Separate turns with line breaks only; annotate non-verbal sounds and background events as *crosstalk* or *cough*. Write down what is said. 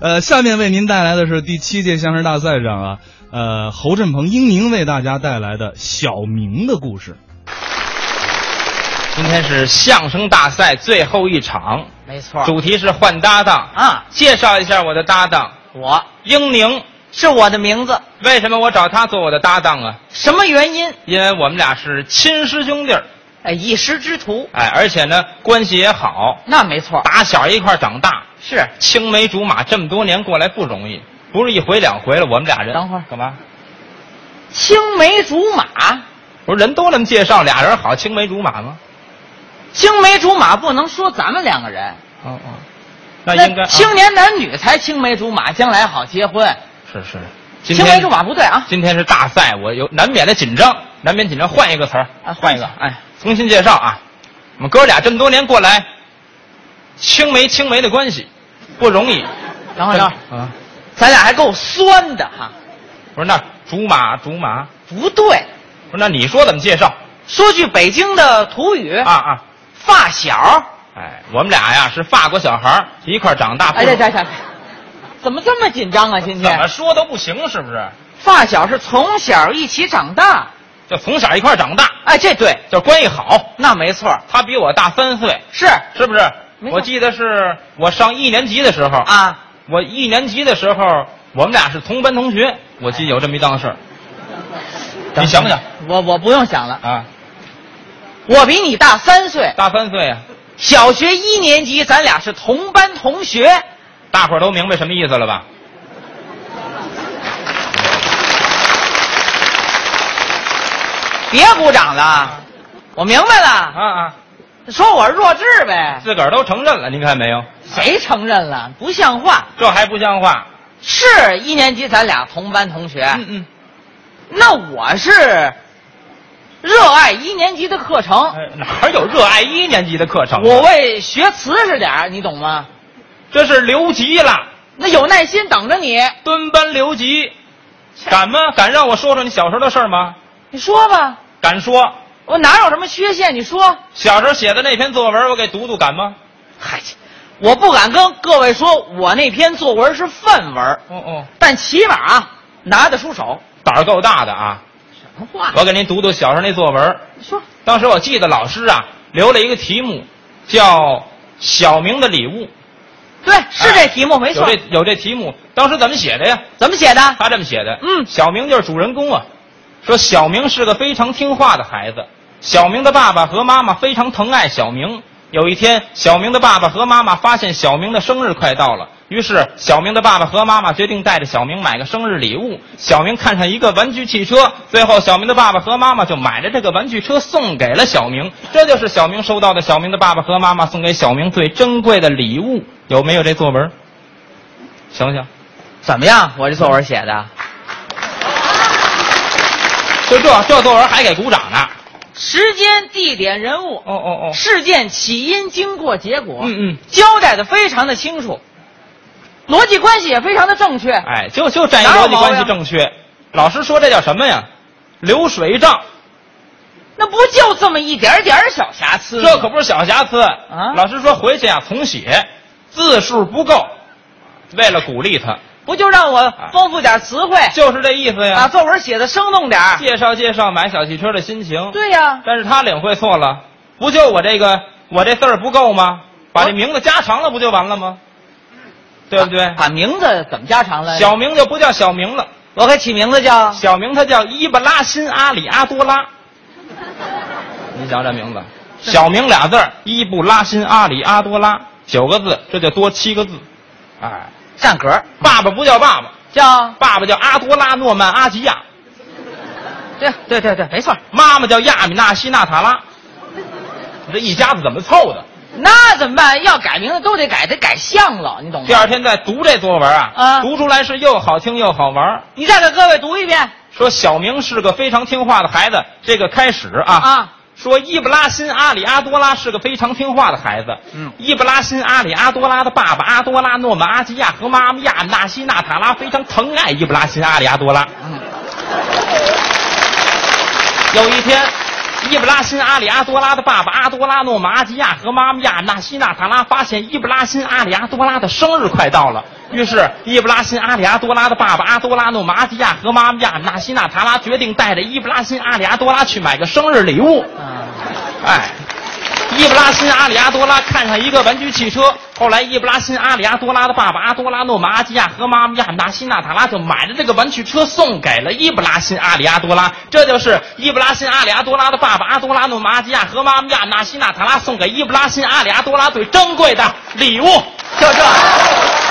呃，下面为您带来的是第七届相声大赛上啊，呃，侯振鹏、英宁为大家带来的小明的故事。
今天是相声大赛最后一场，
没错，
主题是换搭档
啊
介绍一下我的搭档
我
英宁，
是我的名字，
为什么我找他做我的搭档啊？
什么原因？
因为我们俩是亲师兄弟儿，
哎，一时之徒，
哎，而且呢关系也好，
那没错，
打小一块儿长大，
是
青梅竹马这么多年过来不容易，不是一回两回了。我们俩人
等会儿
干嘛？
青梅竹马，
不是人都那么介绍，俩人好青梅竹马吗？
青梅竹马不能说咱们两个人，
哦哦，那应该啊
青年男女才青梅竹马，将来好结婚。
是是，今
青
天
梅竹马不对啊，
今天是大赛，我有难免的紧张，难免紧张，换一个词儿，
啊
换一个，
换一个
哎，重新介绍啊。我们哥俩这么多年过来，青梅青梅的关系不容易。
等会儿等会儿，
啊，
咱俩还够酸的哈，
不是那竹马竹马，
不对，
不是那你说怎么介绍
说句北京的土语，
啊啊？
发小。
哎，我们俩呀是法国小孩儿一块儿长大，
哎，对对对，怎么这么紧张啊？今
怎么
天
说都不行，是不是？
发小是从小一起长大，
就从小一块儿长大，
哎，这对，
就关系好。
那没错，
他比我大三岁，
是
是不是？
没错
我记得是我上一年级的时候
啊，
我一年级的时候，我们俩是同班同学，我记得有这么一档事儿。你想想
我我不用想了，
啊，
我比你大三岁，
大三岁啊，
小学一年级咱俩是同班同学，
大伙儿都明白什么意思了吧？
别鼓掌了，我明白了，
啊啊，
说我是弱智呗，
自个儿都承认了，您看没有？
谁承认了？不像话，
这还不像话。
是一年级咱俩同班同学，
嗯嗯，
那我是热爱一年级的课程，
哎哪有热爱一年级的课程啊？
我为学瓷实点儿，你懂吗？
这是留级了，
那有耐心等着你，
蹲班留级，敢吗？敢让我说说你小时候的事儿吗？
你说吧，
敢说。
我哪有什么缺陷？你说。
小时候写的那篇作文，我给读读，敢吗？
嗨，我不敢跟各位说我那篇作文是范文，
哦哦，
但起码啊拿得出手。
胆儿够大的啊！
什么话？
我给您读读小时候那作文。
你说
当时我记得老师啊留了一个题目，叫《小明的礼物》，
对，是这题目、没
哎有
错
这。有这题目。当时怎么写的呀？
怎么写的？
他这么写的，
嗯
小明就是主人公啊。说小明是个非常听话的孩子，小明的爸爸和妈妈非常疼爱小明。有一天，小明的爸爸和妈妈发现小明的生日快到了，于是小明的爸爸和妈妈决定带着小明买个生日礼物。小明看上一个玩具汽车，最后小明的爸爸和妈妈就买了这个玩具车送给了小明。这就是小明收到的小明的爸爸和妈妈送给小明最珍贵的礼物。有没有这作文？想想。
怎么样？我这作文写的
就这这作文还给鼓掌呢。
时间、地点、人物、
哦哦哦，
事件起因、经过、结果，
嗯嗯，
交代的非常的清楚，逻辑关系也非常的正确。
哎，就就占一
哪有
逻辑
毛
关系
病
正确。老师说这叫什么呀？流水账，
那不就这么一点点儿小瑕疵吗？
这可不是小瑕疵
啊
老师说回去啊重写，字数不够，为了鼓励他，
不就让我丰富点词汇，
*laughs* 就是哎这啊意思
把
呀。
作文写的生动点儿。
介绍介绍买小汽车的心情。
对呀、
但是他领会错了，不就我这个我这字儿不够吗？把这
啊
名字加长了不就完了吗？对不对？
把名字怎么加长了？
小明就不叫小明了。
我给起名字叫
小明他叫伊布拉辛阿里阿多拉，你想这名字？小明俩字儿，伊布拉辛阿里阿多拉，九个字，这就多七个字。哎，
站格，
爸爸不叫爸爸，
叫
爸爸叫阿多拉诺曼阿吉亚，
对对对对，没错。
妈妈叫亚米纳希纳塔拉。这一家子怎么凑的？
那怎么办？要改名字都得改，得改相了，你懂
第
吗？
二天再读这作文啊，
啊
读出来是又好听又好玩儿。
你再给各位读一遍
说小明是个非常听话的孩子，这个开始
啊！
说伊布拉辛阿里阿多拉是个非常听话的孩子。
嗯
伊布拉辛阿里阿多拉的爸爸阿多拉诺曼阿吉亚和妈妈亚纳西纳塔拉非常疼爱伊布拉辛阿里阿多拉。
嗯，
有一天，伊布拉辛·阿里阿多拉的爸爸阿多拉诺马阿吉亚和妈妈亚纳西纳塔拉发现伊布拉辛·阿里阿多拉的生日快到了，于是伊布拉辛·阿里阿多拉的爸爸阿多拉诺马阿吉亚和妈妈亚纳西纳塔拉决定带着伊布拉辛·阿里阿多拉去买个生日礼物。哎，伊布拉辛·阿里阿多拉看上一个玩具汽车，后来伊布拉辛·阿里阿多拉的爸爸阿多拉诺马阿基亚和妈妈亚纳西纳塔拉就买了这个玩具车送给了伊布拉辛·阿里阿多拉，这就是伊布拉辛·阿里阿多拉的爸爸阿多拉诺马阿基亚和妈妈亚纳西纳塔拉送给伊布拉辛·阿里阿多拉最珍贵的礼物，就这。